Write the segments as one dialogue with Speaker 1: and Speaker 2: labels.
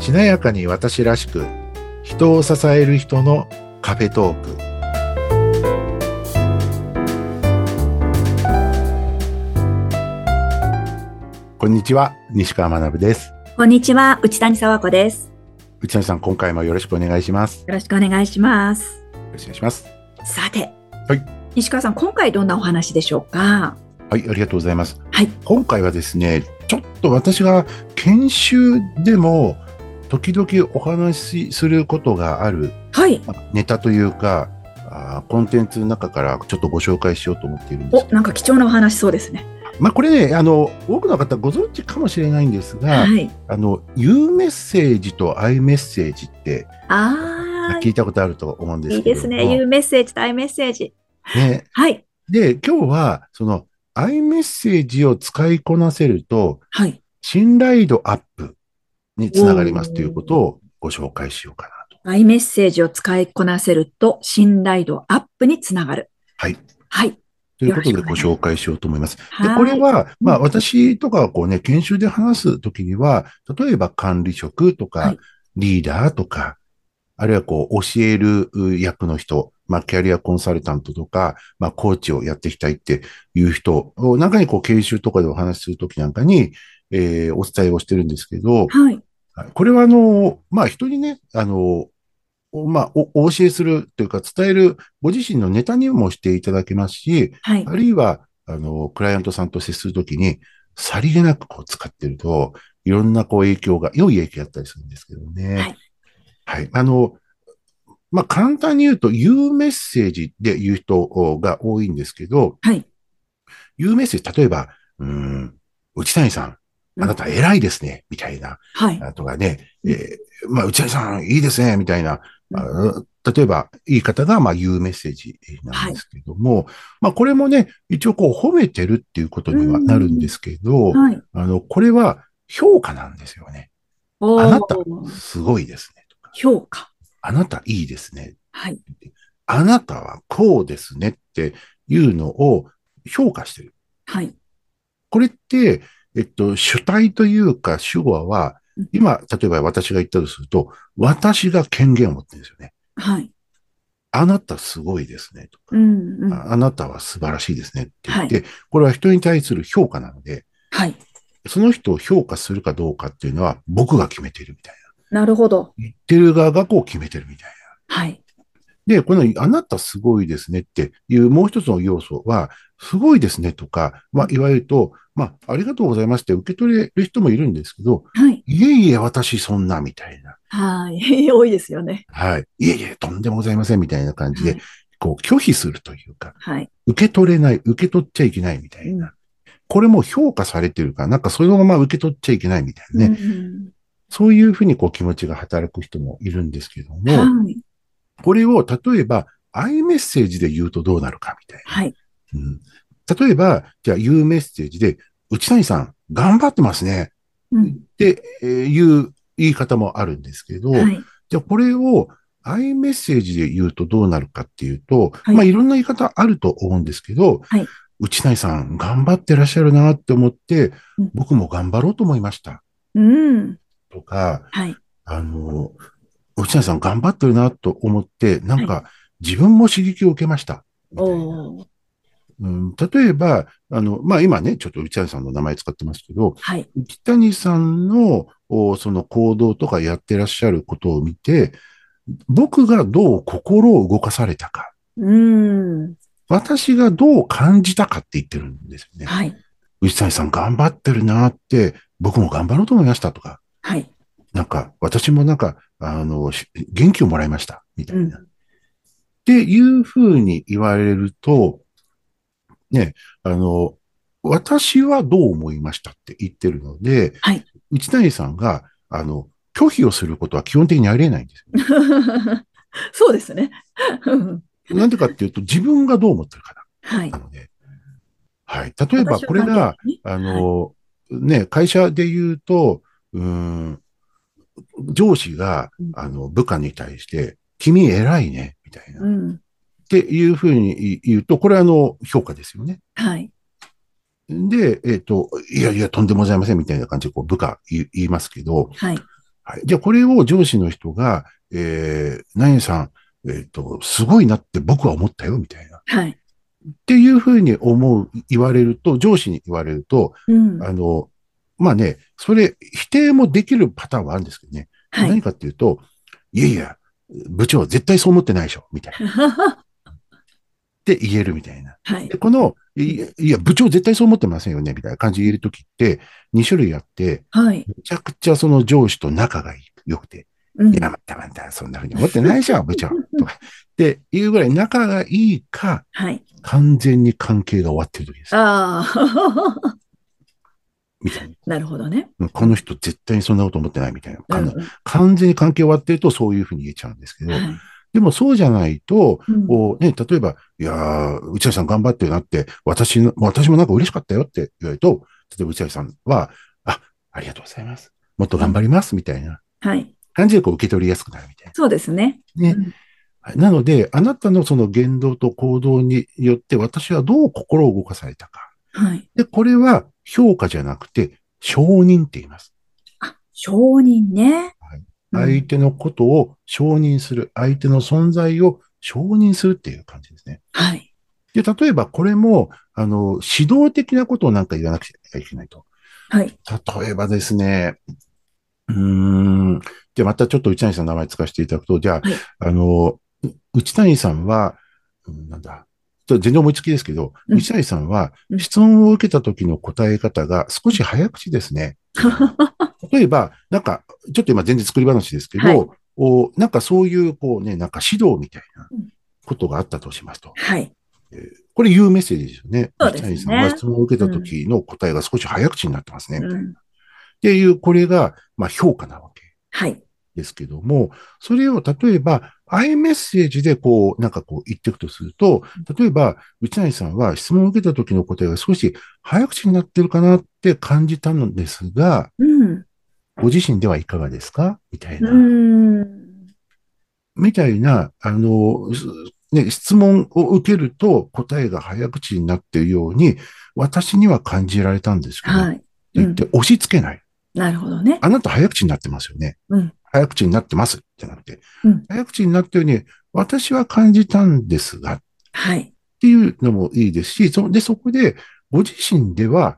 Speaker 1: しなやかに私らしく人を支える人のカフェトークこんにちは西川学です
Speaker 2: こんにちは、内谷沢子です。
Speaker 1: 内谷さん今回もよろしくお願いしますよ
Speaker 2: よろしくお願いします。
Speaker 1: ろしくお願いします
Speaker 2: さて、
Speaker 1: はい
Speaker 2: 西川さん、今回どんなお話でしょうか。
Speaker 1: はいありがとうございます
Speaker 2: はい
Speaker 1: 今回はですねちょっと私が研修でも時々お話しすることがある
Speaker 2: はい、
Speaker 1: ネタというか、あーコンテンツの中からちょっとご紹介しようと思っているんで
Speaker 2: お
Speaker 1: すけ、ど、
Speaker 2: なんか貴重なお話そうですね。
Speaker 1: まあ、これね、あの、多くの方ご存知かもしれないんですが、
Speaker 2: はい。
Speaker 1: あの、U メッセージと I メッセージって
Speaker 2: あ
Speaker 1: 聞いたことあると思うんで
Speaker 2: あ、い
Speaker 1: す
Speaker 2: い
Speaker 1: け
Speaker 2: で
Speaker 1: れ
Speaker 2: す
Speaker 1: ども、
Speaker 2: ね。いうメッセージとアイメッセージ。
Speaker 1: ね
Speaker 2: はい、
Speaker 1: で、今日は、その、I メッセージを使いこなせると、
Speaker 2: はい、
Speaker 1: 信頼度アップにつながりますということをご紹介しようかなと。
Speaker 2: アイメッセージを使いこなせると信頼度アップにつながる。
Speaker 1: はい。
Speaker 2: はい、
Speaker 1: ということでご
Speaker 2: よろしくお願
Speaker 1: 紹介しようと思います。で、
Speaker 2: はい
Speaker 1: これは、まあ
Speaker 2: うん
Speaker 1: 私とかはこうね、研修で話すときには、例えば管理職とか、
Speaker 2: はい
Speaker 1: リーダーとか、あるいはこう教えるう役の人、まあキャリアコンサルタントとか、まあコーチをやっていきたいっていう人を、中にこう研修とかでお話しするときなんかに、えーお伝えをしてるんですけど、
Speaker 2: はい、
Speaker 1: これはあの、まあ人にね、あの、おまあお、お教えするというか伝えるご自身のネタにもしていただけますし、
Speaker 2: はい
Speaker 1: あ。るいは、あの、クライアントさんと接するときに、さりげなくこう使ってると、いろんなこう影響が、良い影響だったりするんですけどね。
Speaker 2: はい。
Speaker 1: はい。あの、まあ、簡単に言うと、言うメッセージで言う人が多いんですけど、
Speaker 2: はい。
Speaker 1: 言うメッセージ、例えば、うーん、内谷さん、あなた偉いですね、みたいな、
Speaker 2: はい。
Speaker 1: あとがね、えーまあ、内谷さん、いいですね、みたいな、
Speaker 2: うん
Speaker 1: あ例えば、言い方が、まあ、言うメッセージなんですけども、まあ、これもね、一応こう、褒めてるっていうことにはなるんですけど、
Speaker 2: はい。
Speaker 1: あの、これは評価なんですよね。
Speaker 2: おー
Speaker 1: あなた、すごいですね。とか、
Speaker 2: 評価。
Speaker 1: あなた、いいですね。
Speaker 2: はい。
Speaker 1: あなたはこうですねっていうのを評価してる。
Speaker 2: はい。
Speaker 1: これって、えっと、主体というか主語は
Speaker 2: うん、
Speaker 1: 今、例えば私が言ったとすると、私が権限を持ってるんですよね。
Speaker 2: はい。
Speaker 1: あなたすごいですね。とか
Speaker 2: う、ん、うん。
Speaker 1: ああなたは素晴らしいですねって言って、これは人に対する評価なので、
Speaker 2: はい。
Speaker 1: その人を評価するかどうかっていうのは僕が決めてるみたいな。
Speaker 2: なるほど。
Speaker 1: 言ってる側がこう決めてるみたい
Speaker 2: はい。
Speaker 1: な。で、このあなたすごいですねっていうもう一つの要素は、すごいですねとか、まあ、いわゆると、まあ、ありがとうございますって受け取れる人もいるんですけど、
Speaker 2: はい。
Speaker 1: いえいえ、私そんなみたいな。
Speaker 2: はい。 多いですよね。
Speaker 1: はい。いえいえ、とんでもございませんみたいな感じで、こう拒否するというか、
Speaker 2: はい。
Speaker 1: 受け取れない、受け取っちゃいけないみたいな。これも評価されてるから、なんかそのまま受け取っちゃいけないみたいなね。
Speaker 2: うん
Speaker 1: そういうふうにこう気持ちが働く人もいるんですけども、
Speaker 2: はい。
Speaker 1: これを例えば、アイメッセージで言うとどうなるかみたい
Speaker 2: はい。
Speaker 1: な。うん、例えば、じゃあ言うメッセージで、内谷さん、頑張ってますね。
Speaker 2: うん
Speaker 1: ってえーいう言い方もあるんですけど、
Speaker 2: はい。
Speaker 1: じゃあこれを、アイメッセージで言うとどうなるかっていうと、、
Speaker 2: はいい
Speaker 1: まあいろんな言い方あると思うんですけど、
Speaker 2: はい
Speaker 1: 内内さん頑張ってらっしゃるなって思って、
Speaker 2: うん
Speaker 1: 僕も頑張ろうと思いました
Speaker 2: うん。
Speaker 1: とか、
Speaker 2: はい。
Speaker 1: あの、内内さん頑張ってるなと思って、なんか自分も刺激を受けました。みたいな
Speaker 2: おー
Speaker 1: うん、例えば、あの、まあ今ね、ちょっと内谷さんの名前使ってますけど、
Speaker 2: はい。
Speaker 1: 内谷さんのおその行動とかやってらっしゃることを見て、僕がどう心を動かされたか、
Speaker 2: うん。
Speaker 1: 私がどう感じたかって言ってるんですよね。
Speaker 2: はい。
Speaker 1: 内谷さん頑張ってるなって、僕も頑張ろうと思いましたとか、
Speaker 2: はい。
Speaker 1: なんか私もなんか、あの、し元気をもらいました、みたいな。
Speaker 2: う
Speaker 1: っていうふうに言われると、ね、あの、私はどう思いましたって言ってるので、
Speaker 2: はい
Speaker 1: 内谷さんが、あの、拒否をすることは基本的にありえないんです よね、
Speaker 2: そうですね。 うん
Speaker 1: なんでかっていうと、自分がどう思ってるか
Speaker 2: はい
Speaker 1: な。。なので、はい。例えばこれが、
Speaker 2: 私
Speaker 1: あの、ね、会社で言うと、うーん、上司が
Speaker 2: うん、
Speaker 1: あの、部下に対して、君偉いね、みたいな。
Speaker 2: は、うん。
Speaker 1: っていうふうに言うと、これはあの、評価ですよね。
Speaker 2: はい。
Speaker 1: で、えっ、と、いやいや、とんでもございません、みたいな感じで、こう、部下言い言いますけど、
Speaker 2: はい。
Speaker 1: はい。じゃあ、これを上司の人が、えー、何々さん、えっ、と、すごいなって僕は思ったよ、みたいな。っ
Speaker 2: はい。
Speaker 1: ていうふうに思う、言われると、上司に言われると、
Speaker 2: うん。
Speaker 1: あの、まあね、それ、否定もできるパターンはあるんですけどね。
Speaker 2: はい
Speaker 1: 何。かっていうと、いやいや、部長、絶対そう思ってないでしょ、みたい な。って言えるみたいな。
Speaker 2: はい
Speaker 1: で、。この、いや、いや部長絶対そう思ってませんよね、みたいな感じで言えるときって、2種類あって、
Speaker 2: はい。
Speaker 1: めちゃくちゃその上司と仲が良くて、
Speaker 2: うん
Speaker 1: いや、またまた、そんなふうに思ってないでしょ、部長、とか。っていうぐらい仲がいいか、
Speaker 2: はい。
Speaker 1: 完全に関係が終わってるときです。
Speaker 2: ああ。
Speaker 1: みたい
Speaker 2: なるほどね。
Speaker 1: な。この人絶対にそんなこと思ってないみたいな。
Speaker 2: う
Speaker 1: あ
Speaker 2: ん
Speaker 1: の完全に関係終わってるとそういうふうに言えちゃうんですけど、
Speaker 2: はい
Speaker 1: でもそうじゃないと、
Speaker 2: うん
Speaker 1: こうね、例えば、いやー、内橋さん頑張ってるなって、私の、私もなんか嬉しかったよって言われると、例えば内橋さんは、あ、ありがとうございます。もっと頑張ります、みたいな
Speaker 2: はい。
Speaker 1: 感じでこう受け取りやすくなるみたい
Speaker 2: そうですね。
Speaker 1: な。ね。なので、あなたのその言動と行動によって、私はどう心を動かされたか。
Speaker 2: はい。
Speaker 1: で、これは評価じゃなくて、承認って言います。
Speaker 2: あ、承認ね。
Speaker 1: はい
Speaker 2: うん
Speaker 1: 相手のことを承認する、相手の存在を承認するっていう感じですね。
Speaker 2: はい。
Speaker 1: で、例えばこれも、あの、指導的なことをなんか言わなくちゃいけないと。
Speaker 2: はい。
Speaker 1: 例えばですね、うーん、じゃあまたちょっと内谷さんの名前使わせていただくと、じゃあ、
Speaker 2: はい
Speaker 1: あの、う内谷さんは、うんなんだ、ちょっと全然思いつきですけど、
Speaker 2: うん
Speaker 1: 内谷さんは
Speaker 2: うん
Speaker 1: 質問を受けた時の答え方が少し早口です ね。例えば、なんか、ちょっと今全然作り話ですけど、
Speaker 2: はい
Speaker 1: おなんかそういう、こうね、なんか指導みたいな
Speaker 2: うん
Speaker 1: ことがあったとしますと。
Speaker 2: はい。
Speaker 1: これ言うメッセージですよね。
Speaker 2: そうです
Speaker 1: 三
Speaker 2: ね
Speaker 1: 谷さんは質問を受けた時の答えが少し早口になってますね。っ
Speaker 2: うん
Speaker 1: ていう、これが、まあ評価なわけ
Speaker 2: はい。
Speaker 1: ですけども、それを例えば、アイメッセージでこう、なんかこう言っていくとすると、例えば、内谷さんは質問を受けた時の答えが少し早口になってるかなって感じたのですが、
Speaker 2: うん。
Speaker 1: ご自身ではいかがですかみたいな。
Speaker 2: うん。
Speaker 1: みたいな、あの、すね、質問を受けると答えが早口になっているように、私には感じられたんですけど、っ
Speaker 2: は
Speaker 1: て
Speaker 2: い。
Speaker 1: 言って押し付けない。
Speaker 2: なるほどね。
Speaker 1: あなた早口になってますよね。
Speaker 2: うん
Speaker 1: 早口になってますじゃなくて、
Speaker 2: うん
Speaker 1: 早口になったように、私は感じたんですが、っ
Speaker 2: はい。
Speaker 1: ていうのもいいですし、そでそこで、ご自身では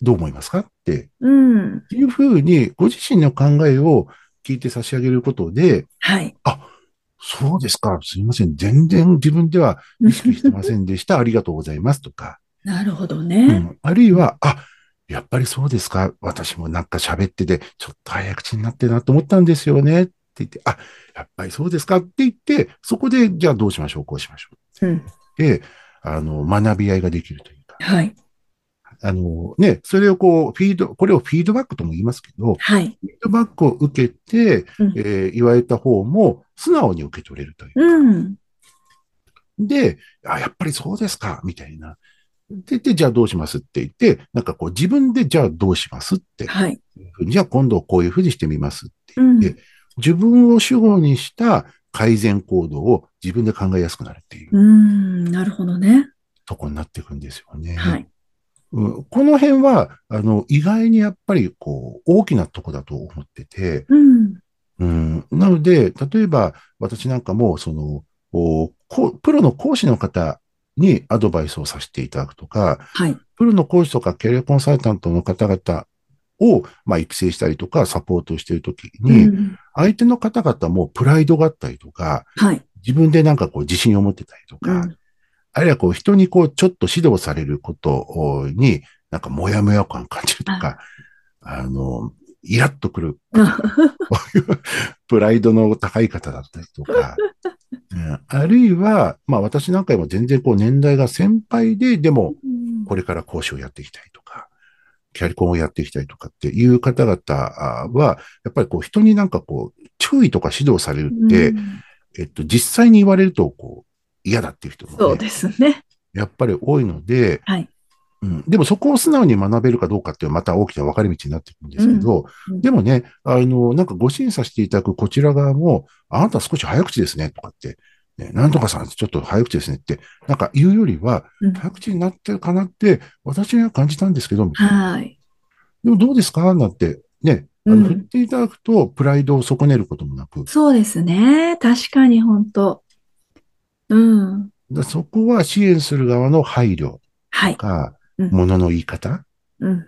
Speaker 1: どう思いますかって
Speaker 2: うん。
Speaker 1: いうふうに、ご自身の考えを聞いて差し上げることで、
Speaker 2: はい。
Speaker 1: そうですか。すいません。全然自分では意識してませんでした。ありがとうございますとか。
Speaker 2: なるほど
Speaker 1: う
Speaker 2: ね。
Speaker 1: ん、あるいは、あ、やっぱりそうですか。私もなんか喋ってて、ちょっと早口になってるなと思ったんですよね。って言って、あ、やっぱりそうですかって言って、そこで、じゃあどうしましょう、こうしましょ
Speaker 2: うん。
Speaker 1: う。で、あの、学び合いができるというか、
Speaker 2: はい。
Speaker 1: あの、ね、それをこう、フィード、これをフィードバックとも言いますけど、フ
Speaker 2: はい。
Speaker 1: ィードバックを受けて、
Speaker 2: うん
Speaker 1: えー言われた方も素直に受け取れるという
Speaker 2: うん。
Speaker 1: で、あ、やっぱりそうですか、みたいな。で、言ってじゃあどうしますって言って、なんかこう自分でじゃあどうしますって、
Speaker 2: はい。
Speaker 1: じゃあ今度こういうふうにしてみますって。
Speaker 2: うん。
Speaker 1: で自分を主語にした改善行動を自分で考えやすくなるっていう
Speaker 2: うん。なるほどね。
Speaker 1: とこになっていくんですよね。
Speaker 2: はい。
Speaker 1: うんこの辺は、あの、意外にやっぱりこう、大きなとこだと思ってて、
Speaker 2: うん。
Speaker 1: うん、なので、例えば私なんかも、その、おこうプロの講師の方にアドバイスをさせていただくとか、
Speaker 2: はい。
Speaker 1: プロの講師とかキャリアコンサルタントの方々を、まあ、育成したりとか、サポートしているときに、
Speaker 2: うん。
Speaker 1: 相手の方々もプライドがあったりとか、
Speaker 2: はい。
Speaker 1: 自分でなんかこう自信を持ってたりと
Speaker 2: う
Speaker 1: か、
Speaker 2: ん。
Speaker 1: あるいはこう人にこうちょっと指導されることに、なんかモヤモヤ感感じるとか、あの、イラッとくる、 プライドの高い方だったりと か、うんあるいは、まあ私なんかよりも全然こう年代が先輩で、でもこれから講師をやっていきたいとか、キャリコンをやっていきたいとかっていう方々は、やっぱりこう人になんかこう、注意とか指導されるって、
Speaker 2: うん
Speaker 1: えっと、実際に言われるとこう、嫌だっていう人
Speaker 2: そ
Speaker 1: も、
Speaker 2: う
Speaker 1: ね、
Speaker 2: ですね。
Speaker 1: やっぱり多いので、
Speaker 2: はい。
Speaker 1: うん、でもそこを素直に学べるかどうかっていうのはまた大きな分かれ道になっていくんですけど、
Speaker 2: うんうん
Speaker 1: でもね、あの、なんかご審査していただくこちら側も、あなた少し早口ですねとかって、ね、なんとかさんちょっと早口ですねって、なんか言うよりは、
Speaker 2: うん
Speaker 1: 早口になってるかなって、私には感じたんですけど、みたいな
Speaker 2: はい。
Speaker 1: でもどうですかなんて、ね、あの
Speaker 2: う
Speaker 1: 振っ
Speaker 2: ん
Speaker 1: ていただくと、プライドを損ねることもなく、
Speaker 2: そうですね。確かに本当。うん。
Speaker 1: だそこは支援する側の配慮
Speaker 2: は
Speaker 1: と
Speaker 2: い。
Speaker 1: か、
Speaker 2: うん
Speaker 1: ものの言い方
Speaker 2: うん。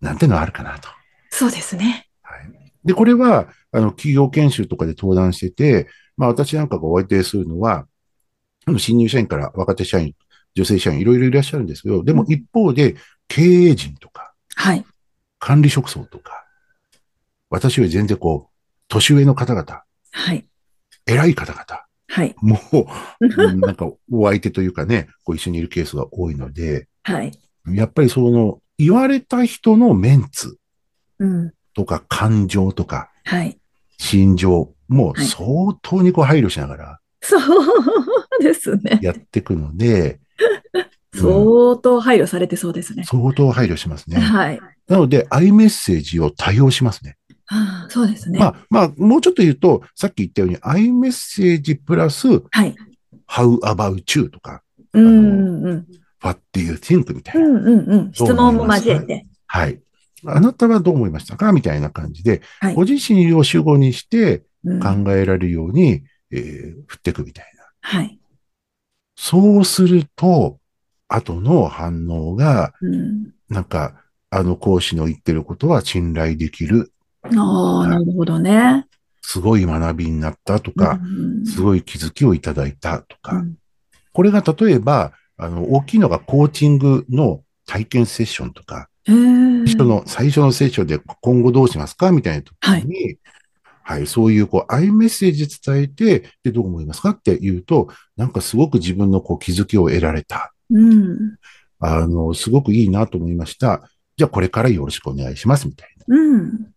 Speaker 1: なんてのあるかなと。
Speaker 2: そうですね。
Speaker 1: はい、で、これは、あの、企業研修とかで登壇してて、まあ私なんかがお相手するのは、あの新入社員から若手社員、女性社員、いろいろいらっしゃるんですけど、でも
Speaker 2: うん
Speaker 1: 一方で、経営陣とか、
Speaker 2: はい。
Speaker 1: 管理職層とか、私より全然こう、年上の方々、
Speaker 2: はい。
Speaker 1: 偉い方々、
Speaker 2: はい。
Speaker 1: もう、 うんなんかお相手というかね、こう一緒にいるケースが多いので、
Speaker 2: はい。
Speaker 1: やっぱりその、言われた人のメンツ
Speaker 2: うん。
Speaker 1: とか感情とか
Speaker 2: はい。
Speaker 1: 心情も
Speaker 2: はい
Speaker 1: 相当にこう配慮しながら
Speaker 2: そうですね。
Speaker 1: やっていくので、うん
Speaker 2: 相当配慮されてそうですね。
Speaker 1: 相当配慮しますね。
Speaker 2: はい。
Speaker 1: なので、アイメッセージを多用しますね。
Speaker 2: ああ、そうですね。
Speaker 1: まあ、まあ、もうちょっと言うと、さっき言ったように、アイメッセージプラス、
Speaker 2: はい。
Speaker 1: how about you とか、
Speaker 2: うんうん。
Speaker 1: what do you think みたいうな。
Speaker 2: んうんうん。質問も交えて。
Speaker 1: はい。あなたはどう思いましたかみたいな感じで、
Speaker 2: はい
Speaker 1: ご自身を主語にして
Speaker 2: うんは
Speaker 1: 考えられるように、えー振っていくみたいな。
Speaker 2: い。
Speaker 1: そうすると、後の反応が、
Speaker 2: うん。
Speaker 1: なんか、あの講師の言ってることは信頼できる、
Speaker 2: ああ、なるほどね。
Speaker 1: すごい学びになったとか、
Speaker 2: うん
Speaker 1: すごい気づきをいただいたと
Speaker 2: う
Speaker 1: か、
Speaker 2: ん
Speaker 1: これが例えば、あの、大きいのがコーチングの体験セッションとか、
Speaker 2: へえ
Speaker 1: 最初の、最初のセッションで今後どうしますかみたいな時
Speaker 2: はい。
Speaker 1: に、はい、そういう、こう、アイメッセージ伝えて、で、どう思いますかって言うと、なんかすごく自分のこう気づきを得られた。
Speaker 2: うん。
Speaker 1: あの、すごくいいなと思いました。じゃあ、これからよろしくお願いします、みたいな。
Speaker 2: うん。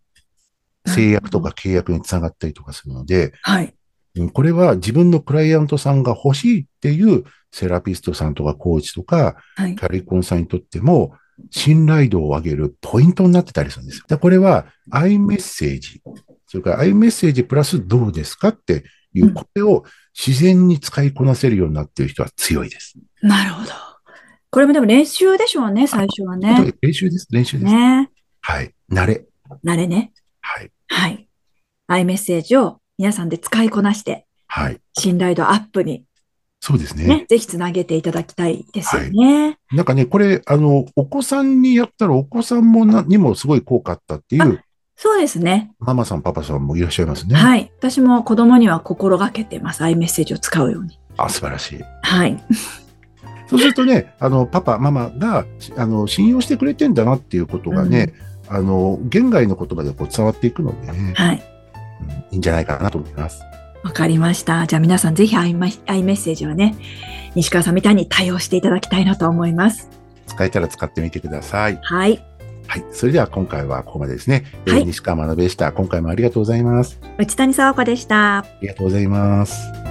Speaker 1: 制約とか契約につながったりとかするので、
Speaker 2: はい。
Speaker 1: うんこれは自分のクライアントさんが欲しいっていうセラピストさんとかコーチとか、
Speaker 2: はい。
Speaker 1: キャリコンさんにとっても、信頼度を上げるポイントになってたりするんですよ。だからこれは、アイメッセージ、それからアイメッセージプラスどうですかっていうう、
Speaker 2: ん
Speaker 1: これを自然に使いこなせるようになっている人は強いです。
Speaker 2: なるほど。これもでも練習でしょうね、最初はね。
Speaker 1: 練習です、練習です。
Speaker 2: ね。
Speaker 1: はい。慣れ。
Speaker 2: 慣れね。
Speaker 1: はい。
Speaker 2: はい。アイメッセージを皆さんで使いこなして、
Speaker 1: はい。
Speaker 2: 信頼度アップに
Speaker 1: そうですね。
Speaker 2: ね、ぜひつなげていただきたいですよね。
Speaker 1: なんかね、これ、あの、お子さんにやったら、お子さんもなにもすごい効果あったっていう、
Speaker 2: そうですね。
Speaker 1: ママさん、パパさんもいらっしゃいますね。
Speaker 2: はい。私も子供には心がけてます。アイメッセージを使うように。
Speaker 1: あ、素晴らしい。
Speaker 2: はい。
Speaker 1: そうするとね、あの、パパ、ママが、しあの、信用してくれてんだなっていうことがね、あの、言外の言葉でこう伝わっていくのでね、
Speaker 2: はい。
Speaker 1: うんいいんじゃないかなと思います。
Speaker 2: わかりました。じゃあ皆さんぜひアイマアイメッセージはね、西川さんみたいに対応していただきたいなと思います。
Speaker 1: 使えたら使ってみてください。
Speaker 2: はい。
Speaker 1: はい。それでは今回はここまでですね。えー
Speaker 2: はい
Speaker 1: 西川学でした。今回もありがとうございます。
Speaker 2: 内谷沙和子でした。
Speaker 1: ありがとうございます。